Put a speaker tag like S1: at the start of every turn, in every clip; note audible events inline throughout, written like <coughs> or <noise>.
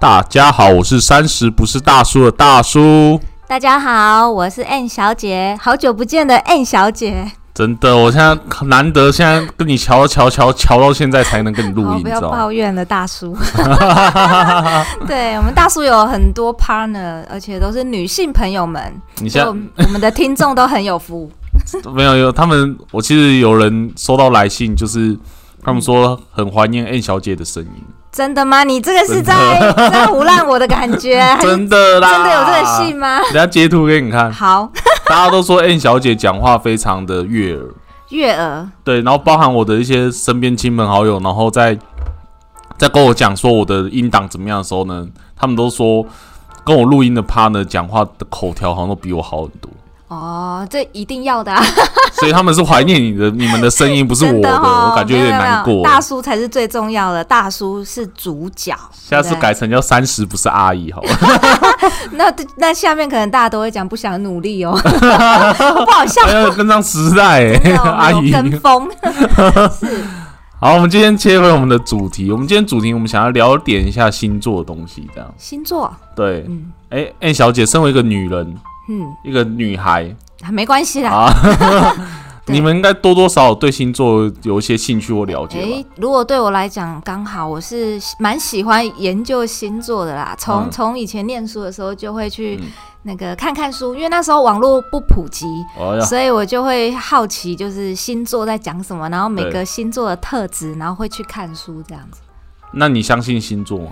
S1: 大家好，我是三十不是大叔的大叔。
S2: 大家好，我是 N 小姐，好久不见的 N 小姐。
S1: 真的，我现在难得现在跟你瞧瞧瞧瞧到现在才能跟你录
S2: 好，
S1: 音，
S2: 哦不
S1: 你
S2: 要
S1: 知道
S2: 抱
S1: 吗？
S2: 怨了，
S1: <laughs>
S2: 大叔。对我们大叔有很多 partner，而且都是女性朋友们，
S1: 你
S2: 所
S1: 现
S2: 以我们我们的听众都很
S1: <laughs>
S2: 有福。
S1: 在没有有他们，我其实有人收到来信，就是他们说很怀念 N 小姐的声
S2: <laughs>
S1: 音，
S2: 真的吗？你这个是
S1: 真的
S2: 在在胡乱我的感
S1: <laughs>
S2: 觉，还是
S1: 真的啦，
S2: 真的有这个信。吗？
S1: 等下截图给你看，
S2: 好，
S1: 大家都说 N 小姐讲话非常的悦耳，
S2: 月儿，
S1: 对，然后包含我的一些身边亲朋好友，然后在在跟我讲说我的音档怎么样的时候呢，他们都说跟我录音的 partner 讲话的口条好像都比我好很多，
S2: 哦，这一定要的、啊，
S1: 所以他们是怀念你的你们的声音，不是我
S2: 真
S1: 的，
S2: 哦，
S1: 我感觉
S2: 没
S1: 有
S2: 有
S1: 点
S2: 没有
S1: 难
S2: 没有
S1: 过。欸
S2: 大叔才是最重要的，大叔是主角。
S1: 下次
S2: 对不对
S1: 改成叫三十不是阿姨好了，
S2: 那那下面可能大家都会讲不想努力哦，不好笑
S1: 哎， <laughs> 呀，跟上时代、
S2: 真
S1: 欸，
S2: 的
S1: 阿
S2: 我们
S1: 姨
S2: 有。跟风是
S1: 好，我们今天切回我们的主题，我们今天主题我们想要聊点一下星座的东西，这样
S2: 星座，
S1: 对。
S2: 嗯
S1: 哎、a n 小姐，身为一个女人，
S2: 嗯，
S1: 一个女孩，
S2: 啊没关系啦。
S1: 啊，
S2: 对
S1: 你们应该多多少少对星座有一些兴趣或了解吧？
S2: 诶，如果对我来讲，刚好我是蛮喜欢研究星座的啦。
S1: 嗯
S2: 从从以前念书的时候就会去
S1: 嗯
S2: 那个看看书，因为那时候网络不普及，
S1: 哎呀，
S2: 所以我就会好奇，就是星座在讲什么，然后每
S1: 对
S2: 个星座的特质，然后会去看书这样子。
S1: 那你相信星座吗？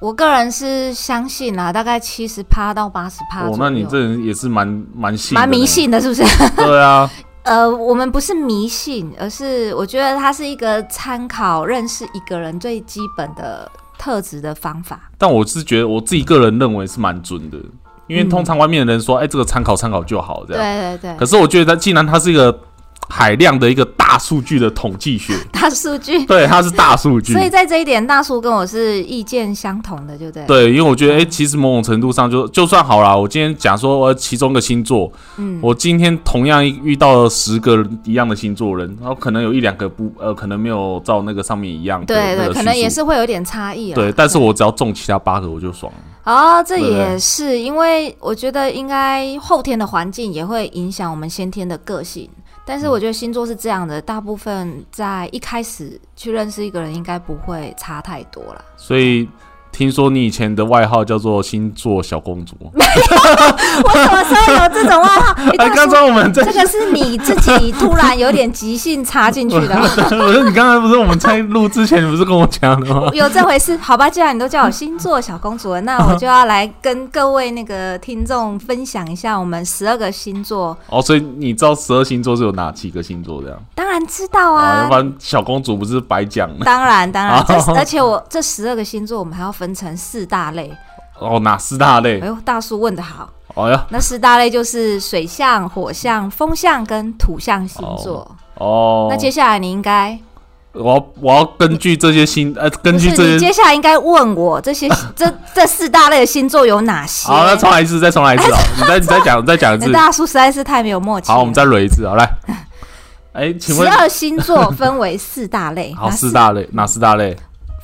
S2: 我个人是相信啦，大概七十趴到八十趴
S1: 哦，那你这人也是蛮蛮信的
S2: 蛮迷
S1: 呢。
S2: 信的，是不 <laughs> 是？
S1: <laughs> 对啊，
S2: 呃，我们不是迷信，而是我觉得它是一个参考认识一个人最基本的特质的方法。
S1: 但我是觉得我自己个人认为是蛮准的，因为
S2: 嗯
S1: 通常外面的人说，哎、这个参考参考就好这样。
S2: 对对
S1: 啊可
S2: 对，
S1: 是我觉得，既然它是一个海量的一个大数据的统计
S2: <laughs>
S1: 学，
S2: 大数据。
S1: 对，它是大数据
S2: 所。以在这一点，大叔跟我是意见相同的，对不对？，
S1: 对，因为我觉得，哎、其实某种程度上就就算好啦，我今天讲说，呃，其中一个星座，
S2: 嗯，
S1: 我今天同样遇到了十个一样的星座人，然后可能有一两个不呃，可能没有照那个上面一样的
S2: 对
S1: 那
S2: 对，
S1: 个
S2: 可能
S1: 叙述
S2: 也是会有点差异啦啊
S1: 对，但是我只要中其他八个我就爽了。
S2: 哦，这
S1: 对不对
S2: 也是因为我觉得应该后天的环境也会影响我们先天的个性，但
S1: 嗯
S2: 是我觉得星座是这样的，大部分在一开始去认识一个人，应该不会差太多啦。
S1: 所以听说你以前的外号叫做星座小公
S2: <laughs>
S1: 主，
S2: 我什么时候有这种外号？哎
S1: <laughs> 哎，
S2: 大
S1: 刚
S2: 叔
S1: 才我们在
S2: 这，个是你自己突然有点即兴插
S1: <laughs>
S2: 进去的吗，
S1: 我说你刚才不是我们在录之前你不是跟我讲的吗？
S2: 有这回事？好吧，既然你都叫我星座小公主了，那我就要来跟各位那个听众分享一下我们十二个星座。
S1: 哦，所以你知道十二星座是有哪几个星座这样
S2: 当然知道
S1: 啊？
S2: 啊
S1: 要不，然小公主不是白讲了？
S2: 当然当然，这
S1: 好
S2: 而且我这十二个星座我们还要分成四大类。
S1: 哦，哪四大类
S2: 哎？呦，大叔问的好，
S1: 哎呀，
S2: 那四大类就是水象、火象、风象跟土象星座。
S1: 哦
S2: 那，接下来你应该
S1: 我要我要根据这些星呃，根
S2: 不
S1: 据
S2: 是
S1: 这些
S2: 你接下来应该问我
S1: <laughs>
S2: 这些这这四大类的星座有哪些？
S1: 好，那重来一次，再重来一次啊！
S2: 哎
S1: 你再你再讲，再讲一次
S2: <laughs> 那。大叔实在是太没有默契了。
S1: 好，我们再捋一次，好
S2: <laughs>
S1: 来。哎，请
S2: 十
S1: 问，，
S2: 二星座分为四大类
S1: <laughs> 好
S2: 哪
S1: 四大类哪四大类？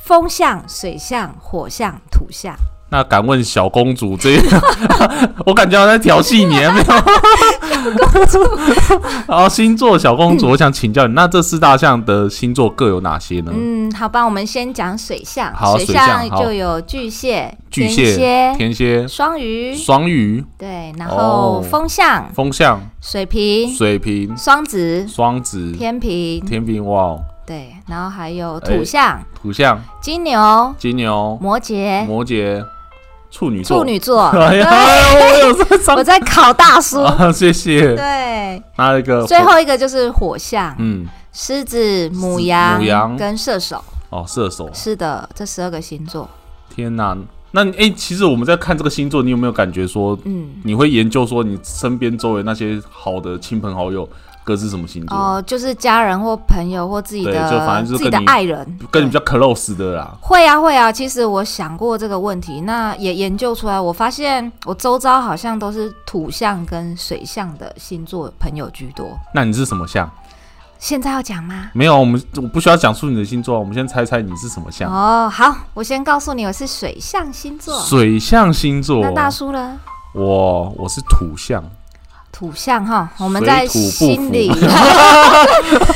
S2: 风象、水象、火象、土象。
S1: 那敢问小公主这， <laughs> 我感觉我在调戏你，啊没有？ <laughs> 好，星座小公主，我想请教你，那这四大项的星座各有哪些呢？
S2: 嗯，好吧，我们先讲水象。
S1: 好
S2: 水
S1: 水象好
S2: 就有巨蟹、
S1: 巨
S2: 天蝎、
S1: 天蝎、
S2: 双鱼，
S1: 双鱼、
S2: 对，然后
S1: 哦
S2: 风象、
S1: 风象、
S2: 水瓶、
S1: 水瓶、
S2: 双子、
S1: 双子、
S2: 哎天平，
S1: 天平，哇哦，
S2: 对，然后还有
S1: 哎
S2: 土象、
S1: 土象、
S2: 金牛、
S1: 金牛、
S2: 摩羯、
S1: 摩羯、处女座。
S2: 哎处女座。
S1: <laughs> 哎呀，我有在上
S2: <laughs> 我在考大叔。
S1: <laughs> 啊，谢谢。
S2: 对，
S1: 那一个
S2: 最，后一个就是火象，
S1: 嗯，
S2: 狮子、母羊、
S1: 母羊
S2: 跟射手。
S1: 哦，射手，
S2: 是的，这十二个星座。
S1: 天哪！那你哎、其实我们在看这个星座，你有没有感觉说，
S2: 嗯，
S1: 你会研究说你身边周围那些好的亲朋好友各是什么星座？
S2: 哦、就是家人或朋友或自己
S1: 对
S2: 的
S1: 就反正就是
S2: 自己的
S1: 跟你
S2: 爱人，
S1: 跟你比较
S2: 对
S1: close 的啦。
S2: 会啊会啊。其实我想过这个问题，那也研究出来，我发现我周遭好像都是土象跟水象的星座朋友居多。
S1: 那你是什么像？
S2: 现在要讲吗？
S1: 没有，我们我不需要讲述你的星座啊，我们先猜猜你是什么象。
S2: 哦，好，我先告诉你，我是水象星座。
S1: 水象星座，
S2: 那大叔呢？
S1: 我我是土象，
S2: 土象哈，我们
S1: 水
S2: 在
S1: 土不
S2: 心
S1: 服
S2: 里，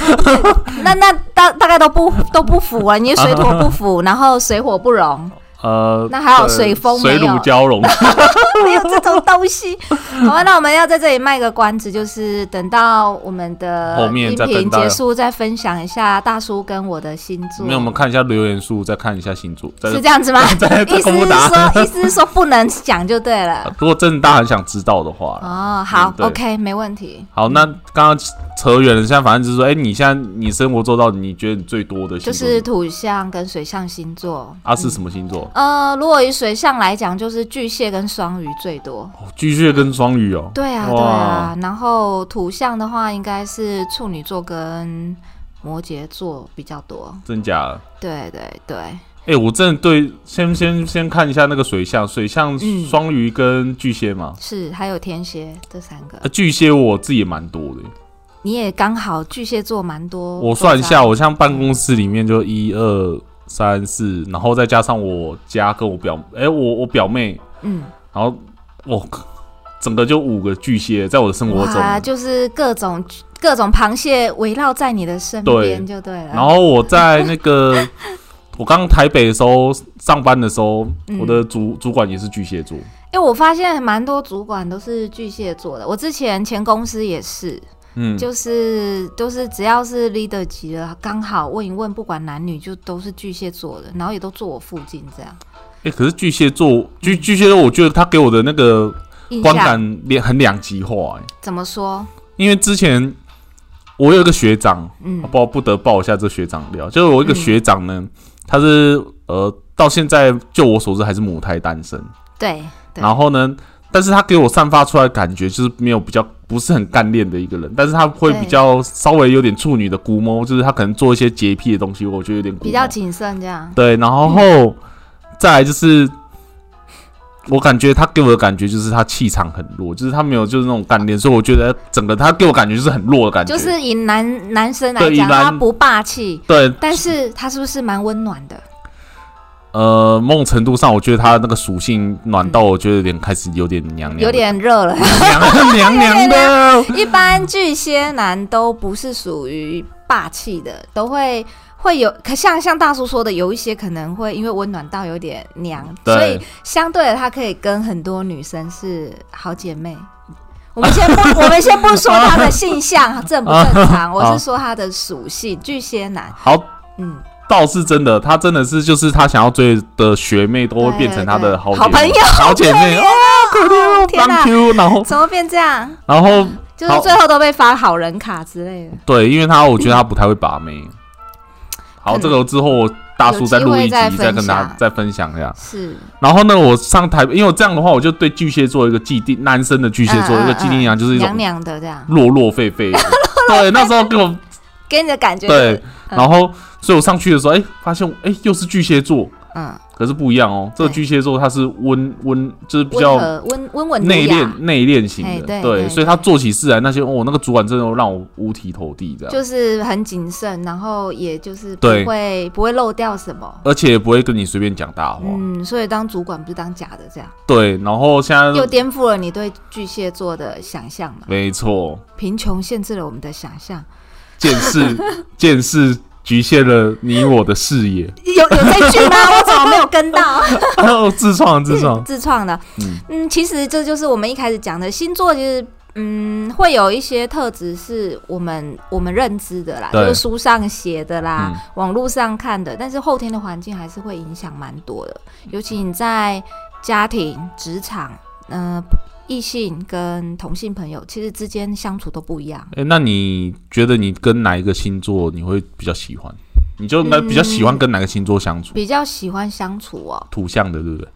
S2: <laughs> 那那大大概都不都不符啊，你水土
S1: <laughs>
S2: 不服，然后水火不容，
S1: 呃，
S2: 那还有
S1: 呃
S2: 哦水风
S1: 水
S2: 没有
S1: 乳交
S2: <laughs>
S1: 融，
S2: 没有这种东西。好吧，那我们要在这里卖个关子，就是等到我们
S1: 后
S2: 的
S1: 面
S2: 音
S1: 再
S2: 频
S1: 跟大家
S2: 结束再分享一下大叔跟我的星座。
S1: 没有，我们看一下留言数，再看一下星座。再
S2: 是这样子吗？
S1: <laughs> 再
S2: 意
S1: 再
S2: 思
S1: 公
S2: 是
S1: 布答案。啊
S2: 说，意思是说不能讲就对了。
S1: 如果真的大家很想知道的话，
S2: 哦，好
S1: 嗯对
S2: ，OK，没问题。
S1: 好，那刚刚扯远了，现在反正就是说，哎、你现在你生活做到你觉得你最多的
S2: 就
S1: 星座
S2: 是
S1: 什么
S2: 土象跟水象星座。
S1: 啊是什么星座？
S2: 呃，如果以水象来讲，就是巨蟹跟双鱼最多。
S1: 哦巨蟹跟双鱼哦，
S2: 对啊，
S1: 哇
S2: 对啊。然后土象的话，应该是处女座跟摩羯座比较多。
S1: 真假的？
S2: 对对对，
S1: 哎、我真的对，先先先看一下那个水象，水象
S2: 嗯
S1: 双鱼跟巨蟹嘛，
S2: 是还有天蝎这三个
S1: 啊，巨蟹我自己也蛮多的，
S2: 你也刚好巨蟹座蛮多。
S1: 我算一下，，我像办公室里面就一二三四，然后再加上我家跟我表，哎、我我表妹，
S2: 嗯，
S1: 然后我整个就五个巨蟹在我的生活中，
S2: 哇，就是各种各种螃蟹围绕在你的身
S1: 对
S2: 边就对了。
S1: 然后我在那个我刚台北的时候上班的时候，
S2: 嗯
S1: 我的主主管也是巨蟹座，
S2: 哎、我发现蛮多主管都是巨蟹座的。我之前前公司也是，
S1: 嗯，
S2: 就是都是只要是 leader 级的，刚好问一问，不管男女，就都是巨蟹座的，然后也都坐我附近这样。
S1: 哎、可是巨蟹座巨巨蟹座，我觉得他给我的那个
S2: 印
S1: 观
S2: 象
S1: 感两很两极化、欸，
S2: 怎么说？
S1: 因为之前我有一个学长。
S2: 嗯
S1: 不不得报一下这学长聊，就是我一个学长呢，他是呃到现在就我所知还是母胎单身，
S2: 对对
S1: 然后呢，但是他给我散发出来的感觉就是没有比较不是很干练的一个人，但是他会
S2: 对
S1: 比较稍微有点处女的估摸，就是他可能做一些洁癖的东西，我觉得有点古
S2: 比较嗯
S1: 摸
S2: 谨慎这样。
S1: 对，然后再来就是。我感觉他给我的感觉就是他气场很弱，就是他没有就是那种干练，所以我觉得整个他给我感觉就是很弱的感觉。
S2: 就是以男男生来
S1: 对以
S2: 讲，
S1: 男
S2: 他不霸气，
S1: 对，
S2: 但是他是不是蛮温暖的？
S1: 呃，某种程度上，我觉得他那个属性暖到，我觉得有点开始有点娘娘的，
S2: 有点热了。
S1: 娘 <laughs> 娘娘
S2: <laughs>
S1: 的。
S2: 一般巨蟹男都不是属于霸气的，都会会有，可像像大叔说的，有一些可能会因为温暖到有点娘，
S1: 对
S2: 所以相对的他可以跟很多女生是好姐妹。我们先不，我们先不说他的性向 <laughs> 正不正常，我
S1: 好
S2: 是说他的属性，巨蟹男，
S1: 好，
S2: 嗯，
S1: 倒是真的，他真的是就是他想要追的学妹都会变成他的好
S2: 对对好朋
S1: 友、
S2: 友
S1: <laughs> 好姐妹哦，可怜哦，
S2: <laughs> 天哪
S1: 当 Q，然
S2: <laughs>
S1: 后
S2: 怎么变这样？
S1: 然后
S2: 就是
S1: 好
S2: 最后都被发好人卡之类的。
S1: 对，因为他我觉得他不太会把妹。好，
S2: 可能
S1: 这个之后大叔再录一
S2: 有机会再
S1: 集，再跟大
S2: 分
S1: 家
S2: 享
S1: 再分享一下。
S2: 是，
S1: 然后呢，我上台，因为我这样的话，我就对巨蟹座一个既定，男生的巨蟹座
S2: 嗯
S1: 一个既定印象就是一种
S2: 娘娘的这样，
S1: 弱弱废废的。
S2: <laughs>
S1: 对，那时候给我
S2: 给你的感觉就是
S1: 对，然后所以我上去的时候，哎、发现哎、又是巨蟹座，
S2: 嗯，
S1: 可是不一样哦。这个
S2: 对
S1: 巨蟹座它是温温，就是比
S2: 温
S1: 较
S2: 和温温文儒
S1: 内
S2: 雅
S1: 敛内敛型
S2: 哎
S1: 的，
S2: 对对
S1: 所以他做起事来那些哦，那个主管真的让我五体投地这样，
S2: 就是很谨慎，然后也就是不
S1: 对
S2: 会不会漏掉什么。
S1: 而且也不会跟你随便讲大话，
S2: 嗯，所以当主管不是当假的，这样
S1: 对。然后现在
S2: 又颠覆了你对巨蟹座的想象嘛？
S1: 没错，
S2: 贫穷限制了我们的想
S1: <laughs>
S2: 象，
S1: 见识 <laughs> 见识局限了你我的视野， <laughs>
S2: 有有这句吗？我怎么没有跟到？
S1: 哦自创自创，
S2: <laughs> 自创的，
S1: 嗯
S2: 嗯，其实这就是我们一开始讲的星座，就是嗯，会有一些特质是我们我们认知的啦，就
S1: 对
S2: 是书上写的啦，
S1: 嗯
S2: 网络上看的，但是后天的环境还是会影响蛮多的，尤其你在家庭、职场，呃，异性跟同性朋友，其实之间相处都不一样。
S1: 哎、那你觉得你跟哪一个星座你会比较喜欢？你就应该比较喜
S2: 嗯
S1: 欢跟哪个星座相处？
S2: 比较喜欢相处
S1: <laughs>
S2: 哦，
S1: 土象的，对不对？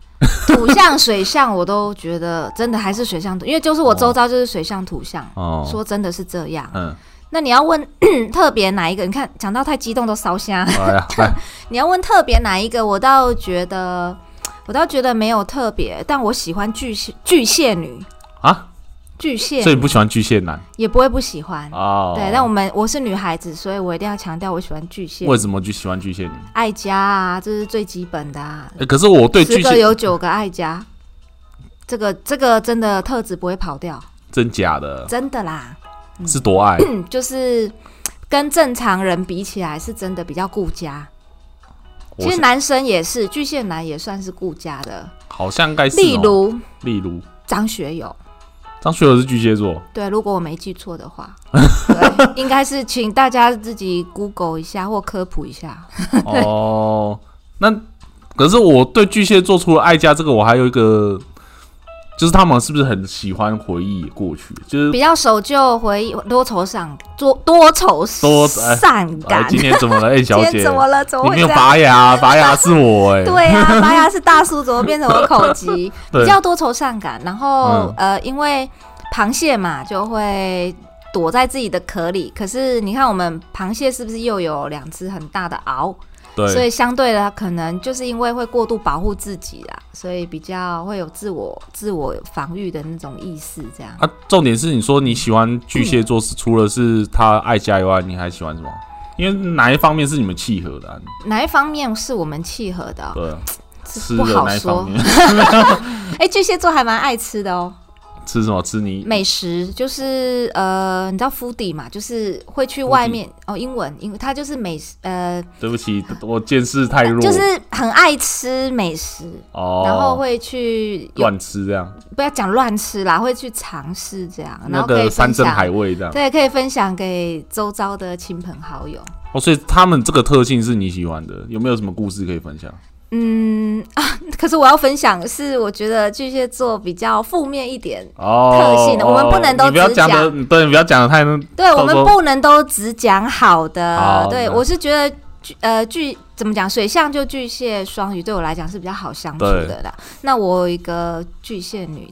S2: 土象、水象我都觉得真的还是水象，因为就是我周遭就是水象、土象，
S1: 哦，
S2: 说真的是这样。
S1: 嗯，
S2: 那你要问 <clears throat> 特别哪一个？你看讲到太激动都烧瞎。
S1: 哎呀， <laughs> 哎
S2: <laughs> 你要问特别哪一个，我倒觉得，我倒觉得没有特别，但我喜欢巨蟹巨蟹女
S1: 啊，
S2: 巨蟹
S1: 所以你不喜欢巨蟹男
S2: 也不会不喜欢。
S1: 啊？
S2: 对，但我们我是女孩子，所以我一定要强调我喜欢巨蟹，
S1: 为什么就喜欢巨蟹女？
S2: 爱家啊，这是最基本的啊。
S1: 欸可是我对
S2: 十
S1: 巨
S2: 个
S1: 蟹
S2: 有九个爱家，这个这个真的特质不会跑掉，
S1: 真假的
S2: 真的啦，
S1: 是多爱
S2: 嗯，就是跟正常人比起来，是真的比较顾家。
S1: 我
S2: 其实
S1: 想
S2: 男生也是，巨蟹男也算是顾家的，
S1: 好像该是
S2: 例
S1: 哦
S2: 如
S1: 例如
S2: 张学友。
S1: 张学友是巨蟹
S2: <laughs>
S1: 座，
S2: 对，如果我没记错
S1: <laughs>
S2: 的话，对，应该是请大家自己 Google 一下或科普一下。
S1: 哦，那可是我对巨蟹座除了爱家这个，我还有一个，就是他们是不是很喜欢回忆过去？就是
S2: 比较守旧回忆多愁善多多愁
S1: 多哎
S2: 善
S1: 哎
S2: 感，。
S1: 今天怎么了？哎、小
S2: <laughs> 今
S1: 姐
S2: 天，怎么了？怎么
S1: 你
S2: 会
S1: 没有
S2: 这样？
S1: 拔牙，拔牙是我哎、
S2: 对啊，拔牙是大叔，怎么变成我口疾？比
S1: 对嗯
S2: 较多愁善感，然后、呃，因为螃蟹嘛，就会躲在自己的壳里。可是你看，我们螃蟹是不是又有两只很大的螯？所
S1: 对，
S2: 以相对的，它可能就是因为会过度保护自己啦，所以比较会有自我自我防御的那种意识。这样，
S1: 啊，重点是你说你喜欢巨蟹座
S2: 嗯
S1: 是除了是他爱家以外，你还喜欢什么？因为哪一方面是你们契合的、啊？
S2: 哪一方面是我们契合的哦、
S1: 对啊，
S2: 这
S1: 吃
S2: 不
S1: 的
S2: 好
S1: 那一
S2: 说
S1: 方。面， <laughs>
S2: 哎、巨蟹座还蛮爱吃的哦，
S1: 吃什么？吃你
S2: 美食就是呃，你知道 foodie 嘛，就是会去外面哦，英文，因为它就是美食呃，
S1: 对不起，我见识太弱，
S2: 就是很爱吃美食，
S1: 哦，
S2: 然后会去有
S1: 乱吃这样，
S2: 不要讲乱吃啦，会去尝试这样，然
S1: 那
S2: 后可
S1: 个
S2: 以
S1: 山
S2: 分
S1: 珍海
S2: 享，
S1: 味这样。
S2: 对，可以分享给周遭的亲朋好友。
S1: 哦，所以他们这个特性是你喜欢的，有没有什么故事可以分享？
S2: 嗯 <laughs> 啊，可是我要分享的是，我觉得巨蟹座比较负面一点，
S1: 哦，
S2: 特性的我们不能都
S1: 哦你不要
S2: 只
S1: 讲的，对，你不要讲的太那
S2: 对
S1: 到
S2: 我们
S1: 时候
S2: 不能都只讲好的。
S1: 好
S2: 对
S1: 那
S2: 我是觉得巨呃巨怎么讲，水象就巨蟹、双鱼对我来讲是比较好相处
S1: 对
S2: 的啦。那我有一个巨蟹女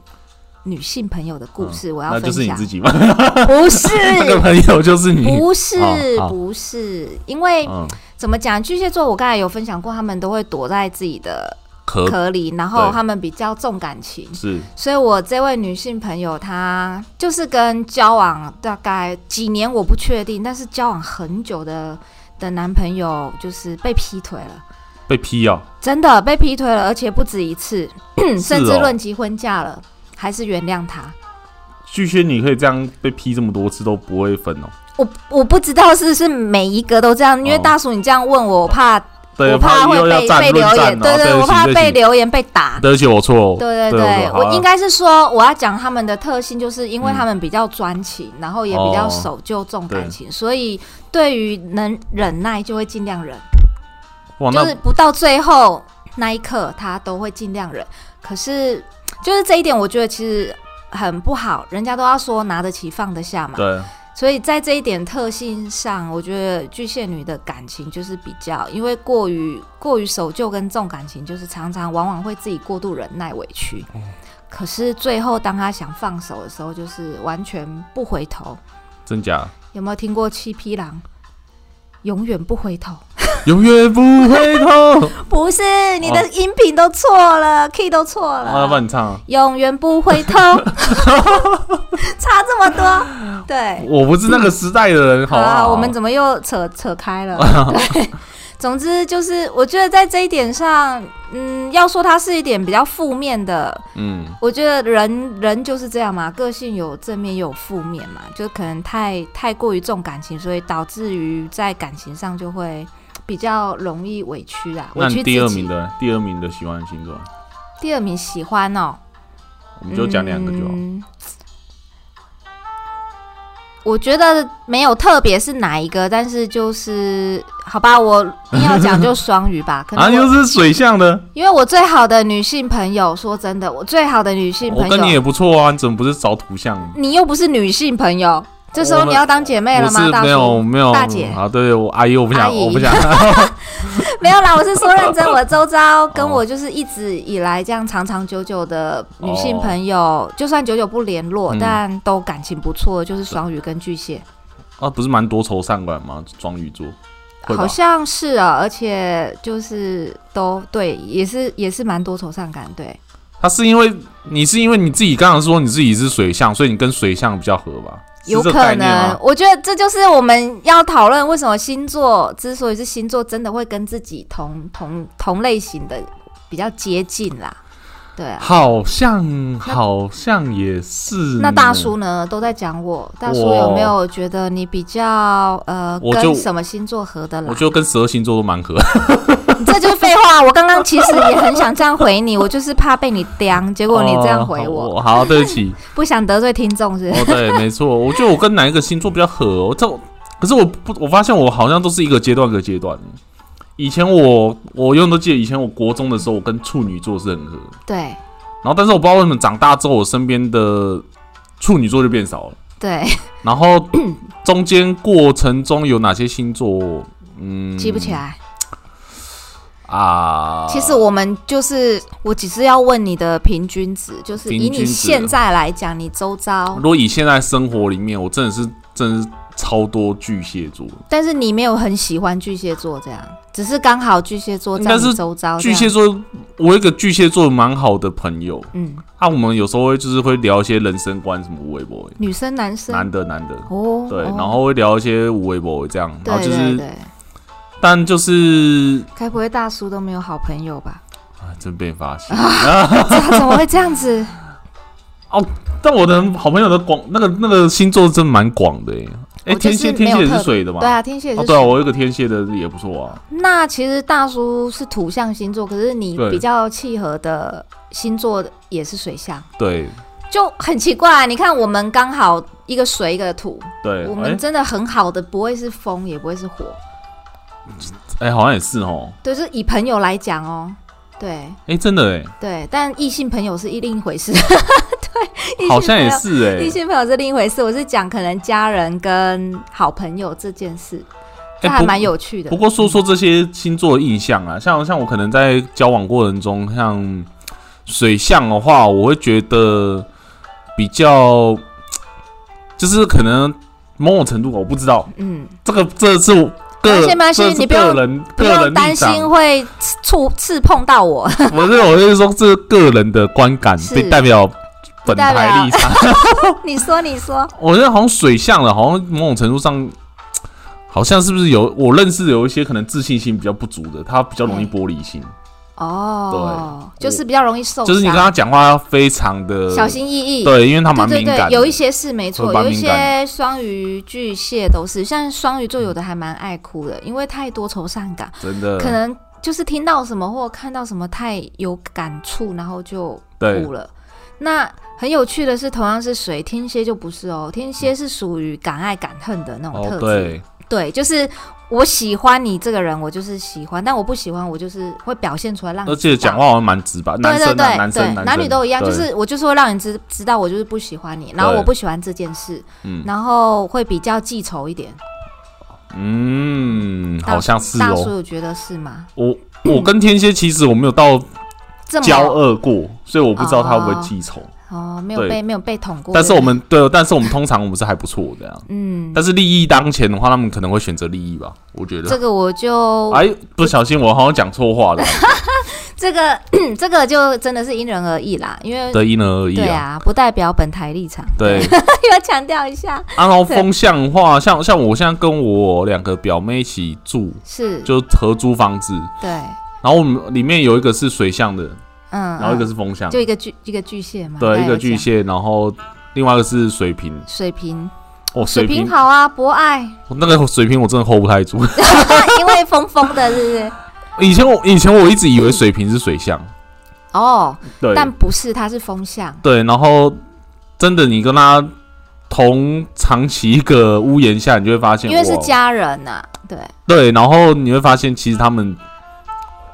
S2: 女性朋友的故事，我要
S1: 嗯那
S2: 分
S1: 就是你
S2: 享
S1: 自。己嘛，
S2: <laughs> 不
S1: <laughs> 那个
S2: 是，
S1: 朋友就是你，
S2: 不是
S1: 哦，好
S2: 不是，因为
S1: 嗯，
S2: 怎么讲，巨蟹座我刚才有分享过，他们都会躲在自己的
S1: 可
S2: 壳里，然后
S1: 呃对
S2: 他们比较重感情。
S1: 是
S2: 所以我这位女性朋友，她就是跟交往大概几年，我不确定，但是交往很久的的男朋友就是被劈腿了，
S1: 被批哦，
S2: 真的被劈腿了，而且不止一
S1: <coughs>
S2: 次，甚至
S1: 哦
S2: 论及婚嫁了，还是原谅他。
S1: 巨蟹你可以这样被批这么多次都不会分哦，
S2: 我我不知道是不是每一个都这样，因为
S1: 哦
S2: 大叔你这样问我，我怕
S1: 对，
S2: 我怕会
S1: 又要
S2: 被
S1: 站
S2: 被
S1: 论
S2: 留
S1: 战
S2: 言，
S1: 哦，
S2: 对
S1: 对不
S2: 我
S1: 起
S2: 怕
S1: 对不
S2: 被
S1: 起，
S2: 留言被打。
S1: 对不起，我错了，
S2: 对对
S1: 对
S2: 对，
S1: 我
S2: 我
S1: 好啊
S2: 应该是说我要讲他们的特性，就是因为
S1: 嗯
S2: 他们比较专情，然后也比较
S1: 哦
S2: 守旧重感情，所以对于能忍耐就会尽量忍，
S1: 哇，
S2: 就
S1: 哦
S2: <laughs>
S1: 那
S2: 是不到最后那一刻他都会尽量忍。可是就是这一点，我觉得其实很不好，人家都要说拿得起放得下嘛。
S1: 对
S2: 所以在这一点特性上，我觉得巨蟹女的感情就是比较，因为过于过于守旧跟重感情，就是常常往往会自己过度忍耐委屈。可是最后当她想放手的时候，就是完全不回头。
S1: 真假，
S2: 有没有听过七匹狼？永远不回头，
S1: 永远不回 <laughs> 头，
S2: 不是你的音频都错了、k e y 都错
S1: 我要
S2: 了，
S1: 帮你唱啊。
S2: 永远不回 <laughs> 头，差这么多，对。
S1: 我不是那个时代的人，好不
S2: 啊，
S1: 好？
S2: 我们怎么又扯扯开
S1: <laughs>
S2: 了？对，总之就是，我觉得在这一点上，嗯，要说它是一点比较负面的，
S1: 嗯，
S2: 我觉得人人就是这样嘛，个性有正面也有负面嘛，就可能太太过于重感情，所以导致于在感情上就会比较容易委屈啊，委
S1: 那
S2: 屈
S1: 你第
S2: 自
S1: 二名
S2: 己。
S1: 的第二名的喜欢的星座，
S2: 第二名喜欢哦，
S1: 我们就讲两个就好。
S2: 嗯我觉得没有特别是哪一个，但是就是好吧，我硬要讲就双鱼
S1: <laughs>
S2: 吧，可
S1: 啊，
S2: 能我、
S1: 又是水象的，
S2: 因为我最好的女性朋友，说真的，我最好的女性
S1: 我
S2: 朋
S1: 跟
S2: 友，
S1: 你也不错啊，你怎么不是找土象？
S2: 你又不是女性朋友，这时候
S1: 我们
S2: 你要当姐妹
S1: 我
S2: 了吗？
S1: 是
S2: 大
S1: 没有
S2: 叔，
S1: 没有
S2: 大姐
S1: 啊，对我阿姨我不
S2: 阿
S1: 想
S2: 姨
S1: 我不想， <laughs>
S2: 没有啦，我是说认真，我周遭跟我就是一直以来这样长长久久的女性朋友，就算久久不联络，
S1: 哦嗯
S2: 但都感情不错，就是双鱼跟巨蟹。
S1: 啊，不是蛮多愁善感吗？双鱼座，会吧
S2: 好像是啊，而且就是都对，也是也是蛮多愁善感，对，
S1: 他是因为你是因为你自己刚刚说你自己是水象，所以你跟水象比较合吧？是
S2: 有
S1: 这个
S2: 可
S1: 概念
S2: 能
S1: 吗，？
S2: 我觉得这就是我们要讨论为什么星座之所以是星座，真的会跟自己同同同类型的比较接近啦。对啊，
S1: 好像好像也是。
S2: 那大，叔呢都在讲我，大叔有没有觉得你比较呃
S1: 我就
S2: 跟什么星座合得来
S1: 我？觉得跟十二星座都蛮合。
S2: <laughs> 这就是废话。我刚刚其实也很想这样回你，我就是怕被你刁，结果你这样回我，
S1: 哦 <laughs> 好好，对不
S2: <laughs>
S1: 起。
S2: 不想得罪听众是不是
S1: 哦，对，没错，我觉得我跟哪一个星座比较合、哦，这可是我不，我发现我好像都是一个阶段一个阶段。以前我我永远都记得，以前我国中的时候，我跟处女座是很合，
S2: 对
S1: 然后但是我不知道为什么长大之后，我身边的处女座就变少了。
S2: 对，
S1: 然后中间过程中有哪些星座？嗯，
S2: <laughs> 记不起来。
S1: 啊。
S2: 其实我们就是，我只是要问你的平均值，就是以
S1: 平均值
S2: 你现在来讲，你周遭
S1: 如，果以现在生活里面，我真的是真的是超多巨蟹座，
S2: 但是你没有很喜欢巨蟹座这样，只是刚好巨蟹座在
S1: 但是
S2: 你周遭这
S1: 巨
S2: 样。
S1: 蟹座，我有一个巨蟹座蛮好的朋友，
S2: 嗯，
S1: 啊，我们有时候会就是会聊一些人生观什么微博，
S2: 女生男生
S1: 男的男的，
S2: 哦，
S1: 对，
S2: 哦
S1: 然后会聊一些无微博这样，然
S2: 对
S1: 后就
S2: 对
S1: 是，
S2: 对，
S1: 但就是
S2: 该不会大叔都没有好朋友吧？
S1: 啊，真被发现。
S2: 这怎么会这
S1: <laughs>
S2: 样子？
S1: 但我的好朋友的广那个那个星座真蛮广的耶，哎，
S2: 我就
S1: 天
S2: 是
S1: 蝎
S2: 没
S1: 天
S2: 有
S1: 蝎也
S2: 特
S1: 是水的嘛，
S2: 对啊，天蝎也
S1: 哦
S2: 是
S1: 对啊，
S2: 水
S1: 我有一个天蝎的也不错啊，
S2: 那其实大叔是土象星座，可是你
S1: 对
S2: 比较契合的星座也是水象，
S1: 对
S2: 就很奇怪、啊你看我们刚好一个水一个土，
S1: 对
S2: 我，
S1: 哎
S2: 们真的很好的不会是风，也不会是火，
S1: 哎，好像也是哦，
S2: 对，就是以朋友来讲哦。对
S1: 哎，真的哎，
S2: 对，但异性朋友是一另一回事， <laughs> 对，
S1: 好像也
S2: 是。
S1: 是
S2: 异
S1: 哎
S2: 性朋友是另一回事，我是讲可能家人跟好朋友这件事，这
S1: 哎
S2: 还
S1: 不
S2: 蛮有趣的。
S1: 不过说说这些星座的印象啊，像像我可能在交往过程中，像水象的话，我会觉得比较，就是可能某种程度我不知道，
S2: 嗯，
S1: 这个这是我个这
S2: 没关系没关系
S1: 是
S2: 你不
S1: 个
S2: 用
S1: 人
S2: 不
S1: 个人
S2: 用
S1: 立
S2: 担
S1: 场
S2: 心 <laughs> 会触刺碰到我， <laughs>
S1: 不是我就是说这是个人的观感，
S2: 是
S1: 并代表本
S2: 代
S1: 台
S2: 表
S1: 立场。
S2: 你说你说，
S1: 我觉得好像水象的，好像某种程度上，好像是不是有我认识的有一些可能自信心比较不足的，他比较容易
S2: 嗯
S1: 玻璃心，
S2: 哦，
S1: 对
S2: 就是比较容易受伤，
S1: 就是你跟他呃讲话要非常的
S2: 小心翼翼。
S1: 对，因为他蛮
S2: 对
S1: 敏
S2: 对
S1: 感的
S2: 对，有一些是没错，
S1: 会蛮
S2: 有一
S1: 敏感
S2: 些双鱼、巨蟹都是，像双鱼座有的还蛮爱哭的，因为太多愁善感，
S1: 真的
S2: 可能就是听到什么或看到什么太有感触，然后就
S1: 对
S2: 哭了。那很有趣的是，同样是水，天蝎就不是哦，天蝎是属于敢爱敢恨的那种
S1: 哦
S2: 特质，
S1: 对，
S2: 对，就是我喜欢你这个人，我就是喜欢；但我不喜欢，我就是会表现出来让你。
S1: 而且讲。话好像蛮直白，男
S2: 嗯对对
S1: 生啊
S2: 对
S1: 男
S2: 对
S1: 生，
S2: 男女都一样，就
S1: 对
S2: 是我就是会让你知知道我就是不喜欢你，然后
S1: 对
S2: 我不喜欢这件事，
S1: 嗯
S2: 然后会比较记仇一点。
S1: 嗯，好像是
S2: 大叔
S1: 哦。
S2: 有觉得是吗？
S1: 我我跟天蝎其实我没有到
S2: 这么
S1: 交恶过，所以我不知道他会不会记仇。
S2: 哦，没有
S1: 对
S2: 被没有被捅过。
S1: 但是
S2: 对
S1: 我
S2: 不对
S1: 们对，但是我们通常我们是还不错的呀。啊
S2: 嗯，
S1: 但是利益当前的话，他们可能会选择利益吧，我觉
S2: 这
S1: 得。
S2: 个我就
S1: 哎，不小心我好像讲错话了，
S2: 这个 <clears throat> 这个就真的是因人而异啦，因为
S1: 对，因人而异
S2: 对
S1: 啊。
S2: 啊，不代表本台立场。
S1: 对，
S2: <laughs> 要强调一下，
S1: 啊然后风向的话，像像我现在跟我两个表妹一起住，
S2: 是
S1: 就合租房子，
S2: 对，
S1: 然后我们里面有一个是水象的，
S2: 嗯，
S1: 然后一个
S2: 嗯
S1: 是风象，
S2: 就一个巨一个巨蟹嘛，刚
S1: 对，
S2: 才
S1: 一个
S2: 有
S1: 巨
S2: 讲，
S1: 蟹，然后另外一个是水瓶。
S2: 水瓶，
S1: 哦，
S2: 水
S1: 水
S2: 瓶
S1: 瓶，
S2: 好啊，博爱，
S1: 那个水瓶我真的 hold 不太住。 <laughs>
S2: <laughs> 因为疯疯的，是不是？
S1: 以前我以前我一直以为水瓶是水象，
S2: 哦，
S1: 对，
S2: 但不是，它是风向，
S1: 对，然后真的你跟他同长期一个屋檐下，你就会发现
S2: 因为是
S1: 哇
S2: 家人呐，对，
S1: 对，然后你会发现其实他们某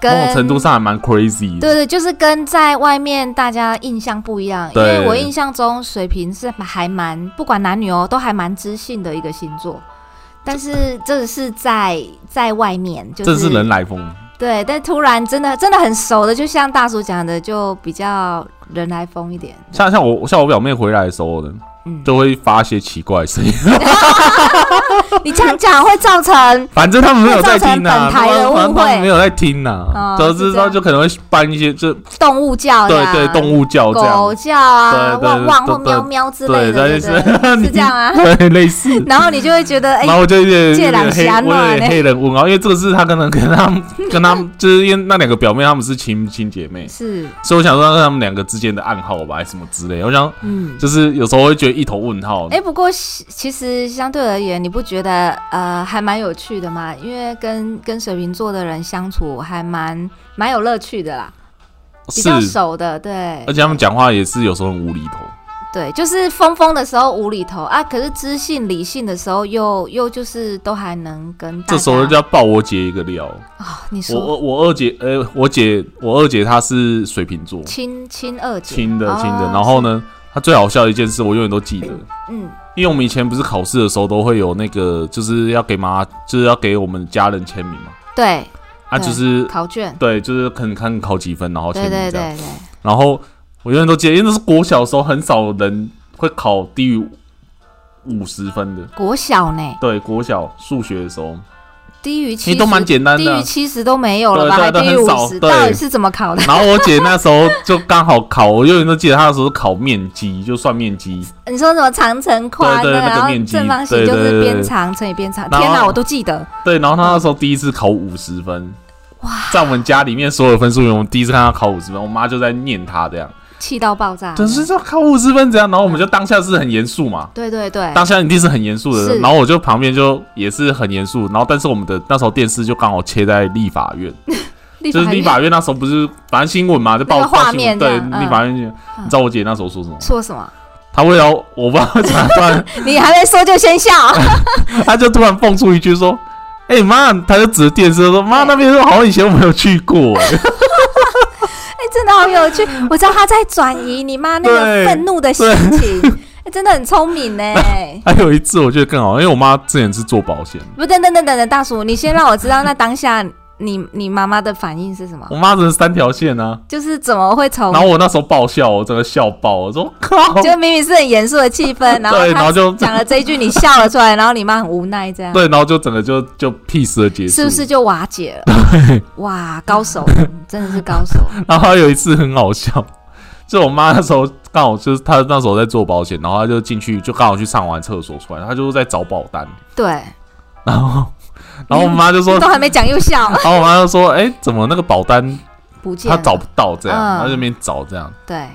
S2: 跟
S1: 种程度上还蛮 crazy 的，
S2: 对对，就是跟在外面大家印象不一样，因
S1: 对
S2: 为我印象中水瓶是还蛮不管男女哦，都还蛮知性的一个星座。但是这是在在外面，就
S1: 这
S2: 是
S1: 是人来疯。
S2: 对，但突然真的真的很熟的，就像大叔讲的，就比较人来疯一点。
S1: 像像我像我表妹回来的时候呢，
S2: 嗯，
S1: 就会发一些奇怪的声音，
S2: 你这样讲会造成
S1: <laughs> 反正他们没有在听呐、
S2: 会造成本台的误会
S1: 反正他们没有在听呐、
S2: 哦
S1: 得
S2: 是
S1: 知
S2: 这样
S1: 道就可能会办一些，就
S2: 动物叫啊
S1: 对
S2: 呀，
S1: 对动物叫这
S2: 狗
S1: 样，
S2: 叫啊，
S1: 对对
S2: 汪汪或
S1: 对对
S2: 喵喵之类的，
S1: 对
S2: 对
S1: 对
S2: 对对，是这样啊。
S1: <laughs> <laughs>
S2: <laughs>
S1: 对类似。
S2: 然后你就会觉得，哎
S1: 然，后我就有点
S2: 这
S1: 有
S2: 人
S1: 点
S2: 是
S1: 黑，
S2: 安怎
S1: 我
S2: 的
S1: 有点黑人问号，因为这个是他可能跟他 <laughs> 们跟他们，就是因为那两个表妹他们是亲亲姐妹，
S2: 是，
S1: 所以我想说他们两个之间的暗号吧，还是什么之类。我想
S2: 嗯。
S1: 就是有时候会觉得一头问号。
S2: 哎，不过其其实相对而言，你不觉得呃还蛮有趣的吗？因为跟跟水瓶座的人相处还蛮蛮有乐趣的啦，比
S1: 是
S2: 较，熟的，对
S1: 而。且他们讲话也是有时候很无厘头。
S2: 对，就是疯疯的时候无厘头啊，可是知性理性的时候又又就是都还能跟大家。
S1: 这时候就要爆我姐一个料。
S2: 啊、你
S1: 我
S2: 说
S1: 我我二姐，呃，我姐我二姐她是水瓶座，
S2: 亲亲二姐，
S1: 亲的
S2: 哦
S1: 亲的。然后呢，她最好笑的一件事，我永远都记得。
S2: 嗯，
S1: 因为我们以前不是考试的时候都会有那个，就是要给妈，就是要给我们家人签名嘛。
S2: 对，
S1: 啊，
S2: 对
S1: 就是
S2: 考卷，
S1: 对，就是可能看考几分，然后签
S2: 对
S1: 名这
S2: 对
S1: 样。
S2: 对对，
S1: 然后我永远都记得，因为那是国小的时候，很少人会考低于五十分的。
S2: 国小呢，
S1: 对，国小数学的时候，
S2: 低于
S1: 其实
S2: 七十
S1: 都蛮简单
S2: 低
S1: 的
S2: 于
S1: 啊。
S2: 七十都没有了
S1: 对
S2: 吧？
S1: 对
S2: 还
S1: 对
S2: 低于
S1: 很
S2: 五
S1: 少
S2: 十，
S1: 对
S2: 到底是怎么考的？ <laughs>
S1: 然后我姐那时候就刚好考，我永远都记得她那时候考面积，就算面积。
S2: 你说什么长城宽
S1: 对
S2: 的，
S1: 对那个
S2: 然后
S1: 面积
S2: 正方形
S1: 对
S2: 就
S1: 对
S2: 是
S1: 对
S2: 边
S1: 对
S2: 长乘以边长，
S1: 然
S2: 天哪，
S1: 后
S2: 我都记得。
S1: 对，然后她那时候第一次考五十分，哇！在我们家里面所有分数里面，我第一次看她考五十分，我妈就在念她这样，
S2: 气到爆炸，
S1: 就是这考五十分怎样？然后我们就当下是很严肃嘛，
S2: 对对对，
S1: 当下一定是很严肃的
S2: 哎是
S1: 人，然后我就旁边就也是很严肃，然后但是我们的那时候电视就刚好切在立法院，
S2: 立
S1: 就是立法
S2: 院
S1: 院那时候不是反正新闻嘛，就报
S2: 那个画
S1: 报新闻
S2: 面
S1: 对
S2: 这样嗯
S1: 立法院新闻，你知道我姐那时候说什么吗？
S2: 说什么？
S1: 她为了 <laughs> 我不知道怎么突然，
S2: 你还没说就先
S1: <laughs>
S2: 笑，哎
S1: 她就突然蹦出一句说：“哎妈！”她就指着电视说：“妈，那边说好像以前我没有去过。
S2: 哎真的好有趣。我知道他在转移你妈那个
S1: 对
S2: 愤怒的心情， <laughs> 哎真的很聪明
S1: <laughs>
S2: 呢。”
S1: <laughs> 还有一次我觉得更好，因为我妈之前是做保险的，
S2: 不，等等等等等，大叔，你先让我知道，那当下你你妈妈的反应是什么？
S1: 我妈真的是三条线啊。
S2: 就是怎么会从
S1: 然后我那时候爆笑，我真的笑爆，我说靠，
S2: 哦就明明是很严肃的
S1: <laughs>
S2: 气氛，然后
S1: 哦对，然后
S2: 他
S1: 就
S2: 讲了这一句，你笑了出来，然后你妈很无奈，这样
S1: 对，然后就整个就就 peace 的结束，
S2: 嗯是不是？就瓦解了？哇，高手，真的是
S1: <laughs>
S2: 高手。
S1: 然后还有一次很好笑， <laughs> 就我妈那时候刚好就是她那时候在做保险，然后她就进去就刚好去上完厕所出来，她就在找保单，
S2: 对，
S1: 然后 <laughs> 然后我妈就说，
S2: 都还没讲又笑，
S1: 然后我妈就说，哎、怎么那个保单
S2: 不见
S1: 她
S2: 了。
S1: 找不到这样，
S2: 嗯
S1: 她就在那边找这样。
S2: 对，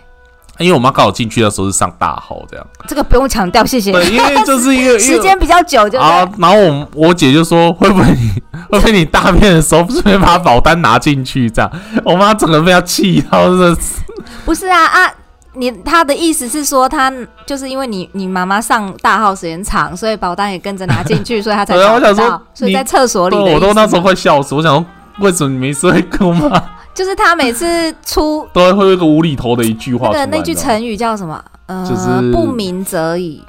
S1: 因为我妈刚好进去的时候是上大号这样，
S2: 这个不用强调，谢谢。
S1: 对，因为
S2: <laughs>
S1: 就是一个
S2: 时间比较久，
S1: 因为
S2: 对不
S1: 啊
S2: 对？，
S1: 然后我我姐就说 <laughs> 会不会你会不会你大便的时候顺便把保单拿进去这样，我妈整个被她气到，真的是
S2: 不是啊啊，你他的意思是说，他就是因为你你妈妈上大号时间长，所以保单也跟着拿进去，所以他才
S1: <laughs> 对啊
S2: 找
S1: 我
S2: 不
S1: 想说
S2: 到，所以
S1: 你
S2: 在厕所里的
S1: 对，我
S2: 意
S1: 都
S2: 思
S1: 那时候
S2: 吗
S1: 快笑死，我想说为什么你没事会跟我妈， <laughs>
S2: 就是他每次出
S1: 都会会有一个无厘头的一句话
S2: 那
S1: 出
S2: 个
S1: 来。
S2: 啊那句
S1: 你知道吗
S2: 成语叫什么？呃，
S1: 就是
S2: 不鸣则已，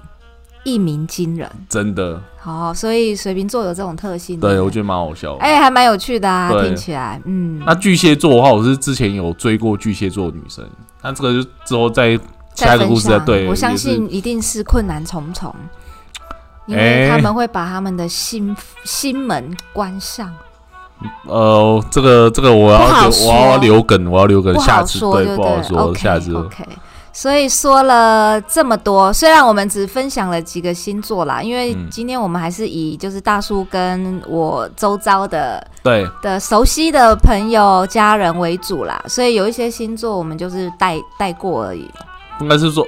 S2: 一鸣惊人。
S1: 真的，
S2: 哦，所以水瓶座有这种特性。
S1: 对
S2: 不
S1: 我觉得蛮好笑的。
S2: 哎、还蛮有趣的啊，
S1: 对
S2: 听起来，嗯，
S1: 那巨蟹座的话，我是之前有追过巨蟹座的女生，那这个就之后再下一个
S2: 分
S1: 故事再
S2: 享
S1: 对，
S2: 我相
S1: 也是
S2: 信一定是困难重重，因为
S1: 哎
S2: 他们会把他们的心心门关上，
S1: 呃，这个这个我要
S2: 不好
S1: 留我要
S2: 说
S1: 留梗，我要留梗，
S2: 不
S1: 下
S2: 好
S1: 次
S2: 说，
S1: 对
S2: 对
S1: 不好
S2: 了
S1: 说，
S2: OK，
S1: 下次
S2: OK。所以说了这么多，虽然我们只分享了几个星座啦，因为
S1: 嗯
S2: 今天我们还是以就是大叔跟我周遭的
S1: 对
S2: 的熟悉的朋友、家人为主啦，所以有一些星座我们就是带带过而已。
S1: 应该是说。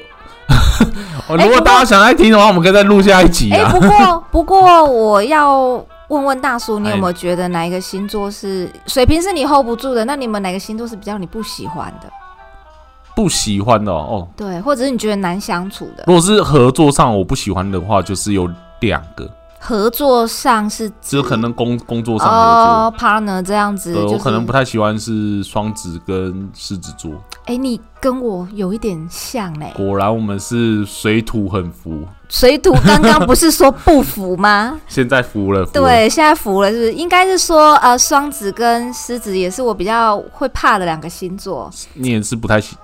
S1: <laughs> 哦
S2: 哎
S1: 如果
S2: 不过
S1: 大家想来听的话，我们可以再录下一集
S2: 哎、
S1: 啊。
S2: 不
S1: <laughs>
S2: 过不过我要问问大叔，你有
S1: 哎
S2: 没有觉得哪一个星座是水瓶是你 hold 不住的？那你们哪个星座是比较你不喜欢的？
S1: 不喜欢的哦，哦
S2: 对，或者是你觉得难相处的？
S1: 如果是合作上我不喜欢的话，就是有两个，
S2: 合作上是
S1: 只有可能工工作上合
S2: 哦，partner 这样子，
S1: 作。
S2: 就
S1: 对，
S2: 是
S1: 我可能不太喜欢是双子跟狮子座。
S2: 哎、你跟我有一点像嘞、
S1: 果然我们是水土很服，
S2: 水土刚刚不是说不服吗？
S1: 现在服了。服了，
S2: 对，现在服了，是不是？应该是说，呃，双子跟狮子也是我比较会怕的两个星座。
S1: 你也是不太喜，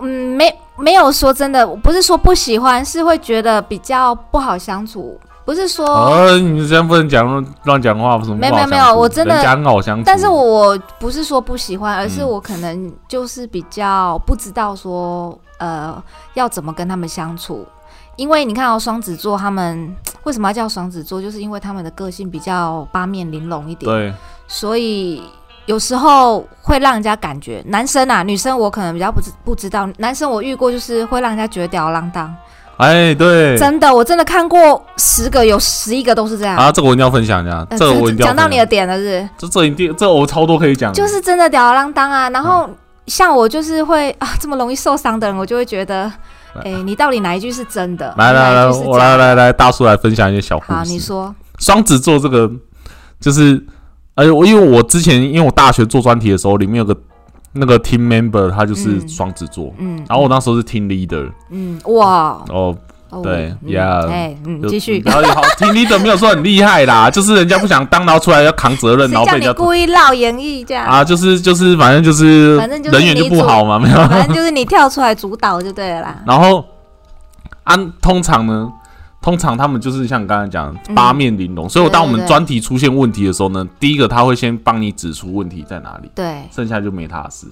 S2: 嗯，没没有说真的，不是说不喜欢，是会觉得比较不好相处，不是说，
S1: 啊，你这样不能讲乱乱讲话，什么
S2: 哦没
S1: 不好
S2: 没没
S1: 相处
S2: 有我真的
S1: 人家很好相处，
S2: 但是我不是说不喜欢，而是
S1: 嗯
S2: 我可能就是比较不知道说，呃，要怎么跟他们相处。因为你看哦，双子座他们为什么要叫双子座，就是因为他们的个性比较八面玲珑一点，
S1: 对
S2: 所以有时候会让人家感觉男生啊，女生我可能比较不知不知道，男生我遇过就是会让人家觉得吊儿郎当。
S1: 哎对，
S2: 真的，我真的看过十个，有十一个都是这样。
S1: 啊，这个我一定要分享一下，
S2: 呃
S1: 这个我一定要
S2: 讲到
S1: 分
S2: 你
S1: 享
S2: 的点了是不是
S1: 这这一定这我超多可以讲的，
S2: 就是真的吊儿郎当啊。然后
S1: 嗯
S2: 像我就是会啊，这么容易受伤的人，我就会觉得，
S1: 来
S2: 哎、你到底哪一句是真的？
S1: 嗯来来来，
S2: 哪一句是
S1: 我
S2: 假
S1: 来来
S2: 的
S1: 来，大叔来分享一些小故
S2: 好，你
S1: 事。
S2: 说，
S1: 双子座这个就是，哎，我因为我之前因为我大学做专题的时候，里面有个那个 team member，他就是
S2: 嗯
S1: 双子座，
S2: 嗯，
S1: 然后我那时候是 team leader，
S2: 嗯，哇，
S1: 哦，
S2: 哦
S1: 对
S2: 嗯
S1: yeah
S2: 哎，嗯，
S1: 就 <laughs>
S2: 继续。
S1: 然后也好，team leader 没有说很厉害啦，就是人家不想当，然后出来要扛责任，
S2: 谁
S1: 然后
S2: 叫
S1: 被人
S2: 你
S1: 家
S2: 故意绕演绎这样？
S1: 啊，就是就是，反正就是
S2: 反正就是
S1: 人缘就
S2: 你
S1: 不
S2: 主
S1: 好 <laughs> 嘛，没有。
S2: 反正就是你跳出来主导就对了啦。
S1: 然后啊，通常呢，通常他们就是像刚才讲
S2: 嗯
S1: 八面玲珑，所以我
S2: 对
S1: 当我
S2: 对
S1: 们
S2: 对
S1: 专题出现问题的时候呢，第一个他会先帮你指出问题在哪里，
S2: 对
S1: 剩下就没他的事。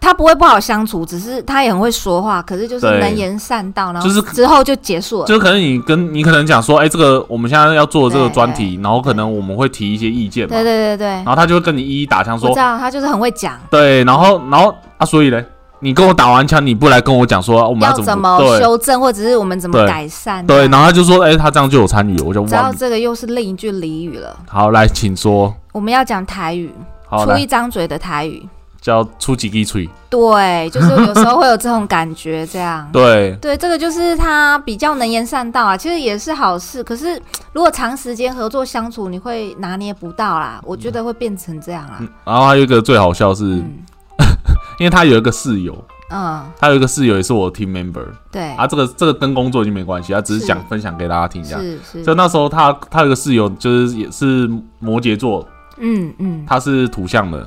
S2: 他不会不好相处，只是他也很会说话，可是就是
S1: 对
S2: 能言善道，然后
S1: 就是
S2: 之后就结束了。
S1: 就是可能你跟你可能讲说，哎、这个我们现在要做的这个
S2: 对
S1: 专题，然后可能我们会提一些意见嘛，
S2: 对对对对
S1: 然，后他就会跟你一一打枪
S2: 我
S1: 说
S2: 知，道他就是很会讲，
S1: 对，然后然后啊，所以嘞，你跟我打完枪，你不来跟我讲说、啊我们
S2: 要
S1: 怎
S2: 怎
S1: 么
S2: 么
S1: 对
S2: 修正，或者是我们怎么
S1: 对
S2: 改善。
S1: 对，然后他就说，哎、他这样就有参与了，我就
S2: 知道
S1: 哇，
S2: 这个又是另一句俚语了。
S1: 好来，请说，
S2: 我们要讲台语，
S1: 好
S2: 出
S1: 来
S2: 一张嘴的台语。
S1: 叫出几滴吹，
S2: 对，就是有时候会有这种感觉，这样。
S1: 对。
S2: 对，这个就是他比较能言善道啊，其实也是好事。可是如果长时间合作相处，你会拿捏不到啦，我觉得会变成这样啦。啊
S1: 然后还有一个最好笑是，
S2: 嗯
S1: 因为他有一个室友，
S2: 嗯，
S1: 他有一个室友也是我的 team member
S2: 对，
S1: 啊，这个这个跟工作已经没关系，他只是
S2: 是
S1: 想分享给大家听一下。
S2: 是是，
S1: 就那时候他他有个室友就是也是摩羯座，
S2: 嗯嗯
S1: 他是土象的，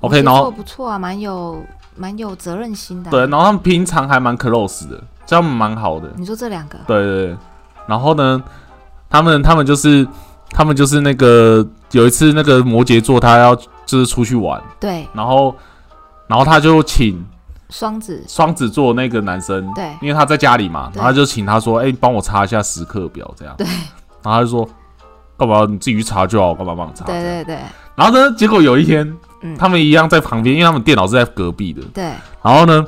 S1: OK，
S2: 我觉得
S1: 然后
S2: 做得不错啊，蛮有蛮有责任心的啊、
S1: 对，然后他们平常还蛮 close 的，这样蛮好的，
S2: 你说这两个，
S1: 对对对。然后呢，他们他们就是他们就是那个有一次那个摩羯座他要就是出去玩，
S2: 对，
S1: 然后然后他就请
S2: 双子，
S1: 双子座那个男生
S2: 对
S1: 因为他在家里嘛，
S2: 对
S1: 然后他就请他说：“哎、你帮我查一下时刻表，这样。”
S2: 对
S1: 然后他就说：“干嘛你自己去查就好，我干嘛帮你查？”
S2: 对
S1: 这样
S2: 对对
S1: 然后呢，结果有一天，
S2: 嗯
S1: 他们一样在旁边，因为他们电脑是在隔壁的。
S2: 对，
S1: 然后呢，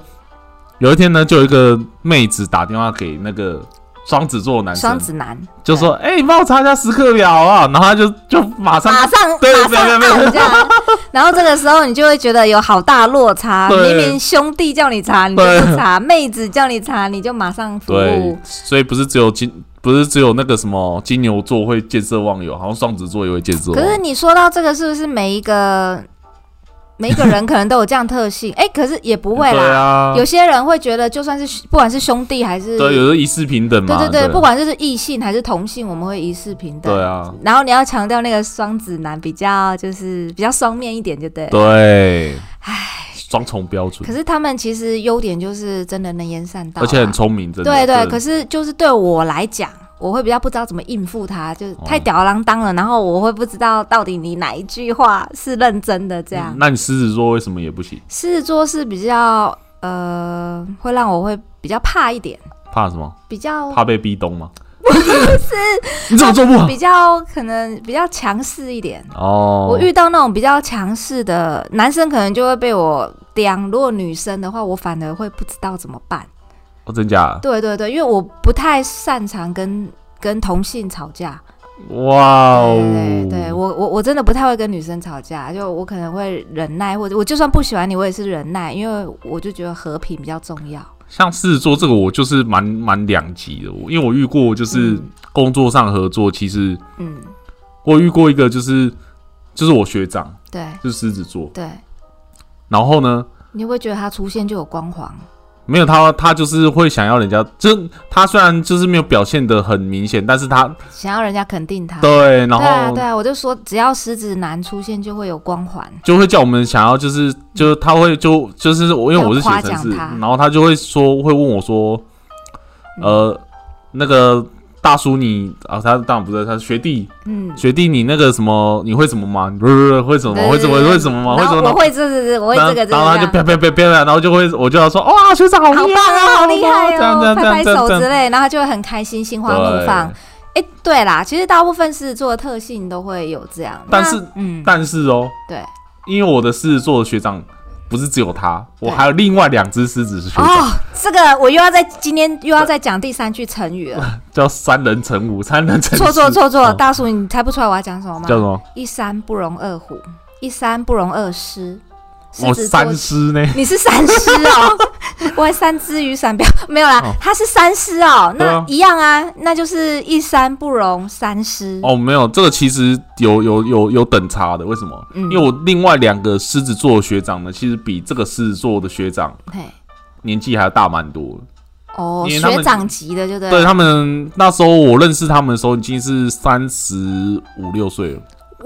S1: 有一天呢，就有一个妹子打电话给那个双子座的男
S2: 双
S1: 生，
S2: 子男，
S1: 就说：“哎、你帮我查一下时刻表啊！”然后他就就马上
S2: 马上
S1: 对 <laughs>
S2: 马上
S1: 没有没有
S2: 按这样，然后这个时候你就会觉得有好大落差，
S1: 对
S2: 明明兄弟叫你查你就
S1: 对
S2: 不查，妹子叫你查你就马上服
S1: 对
S2: 务，，
S1: 所以不是只有金，不是只有那个什么金牛座会见色忘友，好像双子座也会见色忘
S2: 可
S1: 友
S2: 是。你说到这个，是不是每一个每一个人可能都有这样特性？ <laughs> 哎、可是也不会
S1: 对
S2: 啦。
S1: 啊，
S2: 有些人会觉得，就算是不管是兄弟还是
S1: 对，有时候一视平等
S2: 对
S1: 嘛。
S2: 对对，不管就是异性还是同性，我们会一视平等。
S1: 对啊，
S2: 然后你要强调那个双子男比较就是比较双面一点，就对。
S1: 对，双重标准
S2: 可，是他们其实优点就是真的能言善道啊、
S1: 而且很聪明，真的。
S2: 对对。可
S1: 是
S2: 是就是对我来讲，我会比较不知道怎么应付他，就是
S1: 哦
S2: 太吊儿郎当了。然后我会不知道到底你哪一句话是认真的这样。
S1: 嗯那你狮子座为什么也不行？
S2: 狮子座是比较呃，会让我会比较怕一点，
S1: 怕什么？
S2: 比较
S1: 怕被逼咚
S2: <laughs>
S1: 吗？不是， <laughs> 你怎么做不好？
S2: 比较可能比较强势一点。
S1: 哦，
S2: 我遇到那种比较强势的男生，可能就会被我刁；如果女生的话，我反而会不知道怎么办。
S1: 哦真假？
S2: 对对对，因为我不太擅长跟跟同性吵架。
S1: 哇哦
S2: 对对，对，我我我真的不太会跟女生吵架，就我可能会忍耐，或者我就算不喜欢你，我也是忍耐，因为我就觉得和平比较重要。
S1: 像狮子座这个，我就是蛮蛮两极的，我因为我遇过就是
S2: 嗯
S1: 工作上合作，其实
S2: 嗯，
S1: 我遇过一个就是就是我学长
S2: 对
S1: 就是狮子座，
S2: 对。
S1: 然后呢，
S2: 你会觉得他出现就有光环，
S1: 没有他，他就是会想要人家，就是他虽然就是没有表现的很明显，但是他
S2: 想要人家肯定他。
S1: 对，然
S2: 啊对啊，
S1: 后
S2: 对啊，我就说只要狮子男出现就会有光环。
S1: 就会叫我们想要就是就是他会就就是我因为我是写程
S2: 要夸
S1: 式，
S2: 奖他嗯
S1: 然后他就会说会问我说，呃，那个大叔你啊，他当然不是，他是学弟，
S2: 嗯，
S1: 学弟你那个什么，你会什么吗？你不是会什么吗？会什么会什么吗？会
S2: 然
S1: 什
S2: 后
S1: 么
S2: 我
S1: 吗？
S2: 会这这这，我会这个这个，
S1: 然后然后他就
S2: 这
S1: 啪
S2: 样
S1: 啪啪啪啪，然后就会我就要说哇，学长好
S2: 好
S1: 厉
S2: 棒
S1: 害
S2: 啊，好厉害
S1: 这样这
S2: 哦，
S1: 样这
S2: 拍拍
S1: 样这
S2: 手
S1: 样这
S2: 之
S1: 样，
S2: 类，然后他就会很开心，心花怒放
S1: 对。。
S2: 哎，对啦，其实大部分是做特性都会有这样，
S1: 但
S2: 那
S1: 是
S2: 嗯，
S1: 但是哦，
S2: 对，
S1: 因为我的狮子座的学长不是只有他，我
S2: 对
S1: 还有另外两只狮子是学长，
S2: 哦，这个我又要在今天又要再讲第三句成语
S1: <laughs>
S2: 了，
S1: 叫三人成虎，三人成
S2: 错错
S1: 狮
S2: 错错，
S1: 哦
S2: 大叔你猜不出来我要讲什么吗？
S1: 叫什么？
S2: 一山不容二虎，一山不容二狮。狮
S1: 我
S2: 子座
S1: 哦三狮呢？
S2: 你是三狮
S1: <laughs>
S2: 哦，我还三只雨伞表没有啦，
S1: 哦
S2: 他是三狮哦，
S1: 对
S2: 那
S1: 啊
S2: 一样啊，那就是一山不容三狮。
S1: 哦，没有，这个其实有有有有等差的，为什么？
S2: 嗯
S1: 因为我另外两个狮子座的学长呢，其实比这个狮子座的学长
S2: 嘿，
S1: 年纪还要大蛮多的。
S2: 哦，
S1: 因为他们
S2: 学长级的就对啊
S1: 对
S2: 了，
S1: 他们那时候我认识他们的时候，已经是三十五六岁了。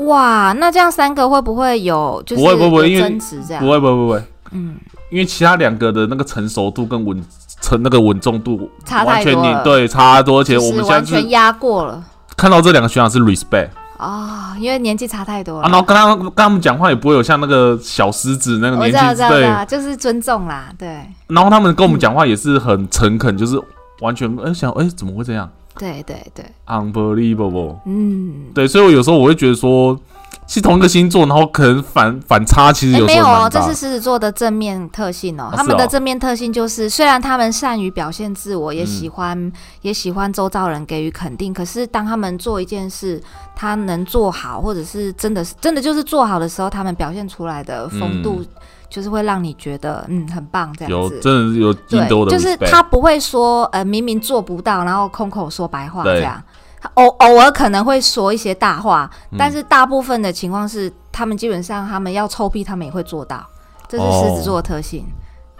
S2: 哇，那这样三个会不会有就是
S1: 不会不会
S2: 有
S1: 因为
S2: 争执这样
S1: 不？会不会不会，
S2: 啊嗯，
S1: 因为其他两个的那个成熟度跟稳成那个稳重度
S2: 差
S1: 完
S2: 太多
S1: 全
S2: 了
S1: 你对差太多，而且
S2: 就
S1: 我
S2: 是
S1: 们现
S2: 完
S1: 在
S2: 全
S1: 是
S2: 压过了
S1: 看到这两个学长是 respect
S2: 哦，因为年纪差太多
S1: 啊，
S2: 了。
S1: 然后跟他跟他们讲话也不会有像那个小狮子那个
S2: 我
S1: 年
S2: 知道，
S1: 纪
S2: 知道，知
S1: 对，
S2: 道，就是尊重啦，对，
S1: 然后他们跟我们讲话也是很诚恳，就是完全哎、想哎、怎么会这样
S2: 对，对，对，
S1: unbelievable，
S2: 嗯，
S1: 对，所以我有时候我会觉得说是同一个星座，然后可能反反差其实
S2: 哎，
S1: 有
S2: 没
S1: 时
S2: 有
S1: 候
S2: 哦，
S1: 蛮
S2: 这
S1: 大的
S2: 是狮子座的正面特性哦。
S1: 啊
S2: 他们
S1: 是
S2: 的
S1: 哦
S2: 正面特性就是，虽然他们善于表现自我，也喜欢、
S1: 嗯
S2: 也喜欢周遭人给予肯定，可是当他们做一件事，他能做好，或者是真的是真的就是做好的时候，他们表现出来的风度，就是会让你觉得嗯很棒这
S1: 嗯
S2: 样
S1: 有
S2: 子。
S1: 真的有
S2: 对
S1: 赢得我，的
S2: 就是
S1: respect，
S2: 他不会说呃明明做不到，然后空口说白话
S1: 对嗯
S2: 这样。他偶偶尔可能会说一些大话，但是大部分的情况是，他们基本上他们要臭屁，他们也会做到，这是狮子座的特
S1: 哦
S2: 性。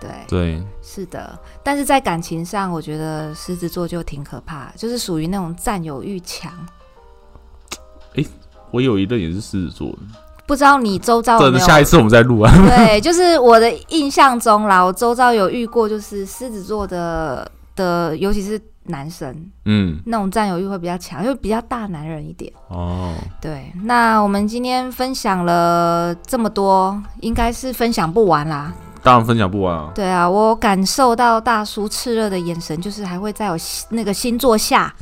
S2: 对，
S1: 对，
S2: 是的，但是在感情上，我觉得狮子座就挺可怕，就是属于那种占有欲强。
S1: 我有一任也是狮子座的，
S2: 不知道你周遭有
S1: 对，
S2: 哦没有？
S1: 下一次我们再录
S2: <laughs>
S1: 啊。
S2: 对，就是我的印象中啦，我周遭有遇过，就是狮子座的的，尤其是男生
S1: 嗯，
S2: 那种占有欲会比较强，就比较大男人一点。
S1: 哦，
S2: 对，那我们今天分享了这么多，应该是分享不完啦。
S1: 当然分享不完啊。
S2: 对啊，我感受到大叔炽热的眼神，就是还会在有那个星座下。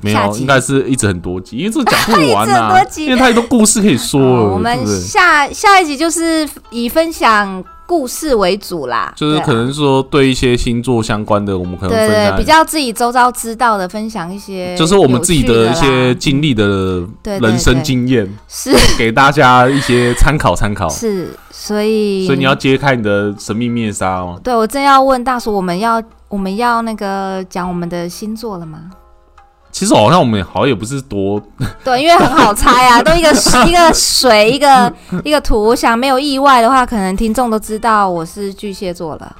S1: 没
S2: 下
S1: 有，
S2: 集
S1: 应该是一直很多集，因为这讲不
S2: <laughs>
S1: 完
S2: 很
S1: 啊
S2: 多，集
S1: 因为太多故事可以说
S2: 哦
S1: 了，
S2: 我
S1: 对
S2: 们
S1: 不对？
S2: 下下一集就是以分享故事为主啦，
S1: 就是
S2: 对啊
S1: 可能说对一些星座相关的，我们可能分
S2: 对对
S1: 享
S2: 比较自己周遭知道的，分享一些
S1: 就是我们自己
S2: 有
S1: 的一
S2: 趣的
S1: 些
S2: 啦
S1: 经历的
S2: 对对
S1: 人生
S2: 对
S1: 经验，
S2: 是
S1: 给大家一些参考参考。
S2: 是，所以
S1: 所以你要揭开你的神秘面纱哦。
S2: 对我正要问大叔，我们要我们要那个讲我们的星座了吗？
S1: 其实好像我们好像也不是多， <laughs>
S2: 对，因为很好猜啊，都一个 <laughs> 一个水，一个一个土。我想没有意外的话，可能听众都知道我是巨蟹座了。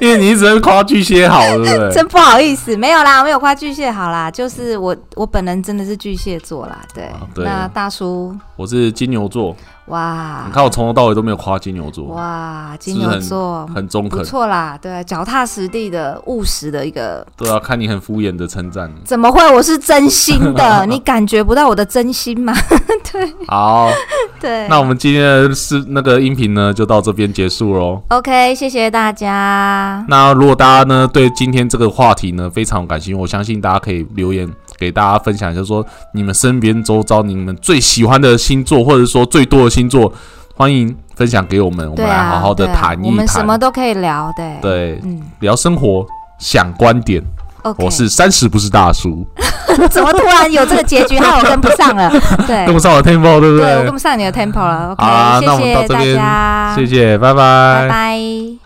S1: 因为你一直在夸巨蟹好，对
S2: <laughs>
S1: 不对？
S2: 真不好意思，没有啦，没有夸巨蟹好啦，就是我我本人真的是巨蟹座啦。对，
S1: 啊对
S2: 那大叔，
S1: 我是金牛座，
S2: 哇
S1: 你看我从头到尾都没有夸金牛座，
S2: 啊哇，金牛座
S1: 很中
S2: 不
S1: 肯。
S2: 错啦，对，脚踏实地的务实的一个。
S1: 对啊，看你很敷衍的称
S2: <laughs>
S1: 赞。
S2: 怎么会？我是真心的，
S1: <laughs>
S2: 你感觉不到我的真心吗？ <laughs>
S1: 好，
S2: 对，
S1: 那我们今天的是那个音频呢，就到这边结束喽。
S2: OK，谢谢大家。
S1: 那如果大家呢对今天这个话题呢非常有感兴趣，我相信大家可以留言给大家分享一下，就是说你们身边周遭你们最喜欢的星座，或者说最多的星座，欢迎分享给我们，我
S2: 对
S1: 们来
S2: 啊，
S1: 好好的
S2: 对啊
S1: 谈
S2: 我
S1: 一
S2: 们什
S1: 谈。
S2: 么都可以聊的。，
S1: 对，
S2: 嗯
S1: 聊生活，想观点。
S2: ，OK。
S1: 我
S2: <laughs>
S1: 是三十不是大叔，
S2: 怎么突然有这个结局，害我跟不
S1: <laughs>
S2: 上了。对
S1: 跟，不上我的 tempo，对不
S2: 对我跟不上你的 tempo 了。
S1: 好啦啊
S2: OK，
S1: 那我们
S2: 谢
S1: 到
S2: 谢
S1: 这
S2: 大
S1: 边
S2: 家，
S1: 谢谢，拜
S2: 拜拜。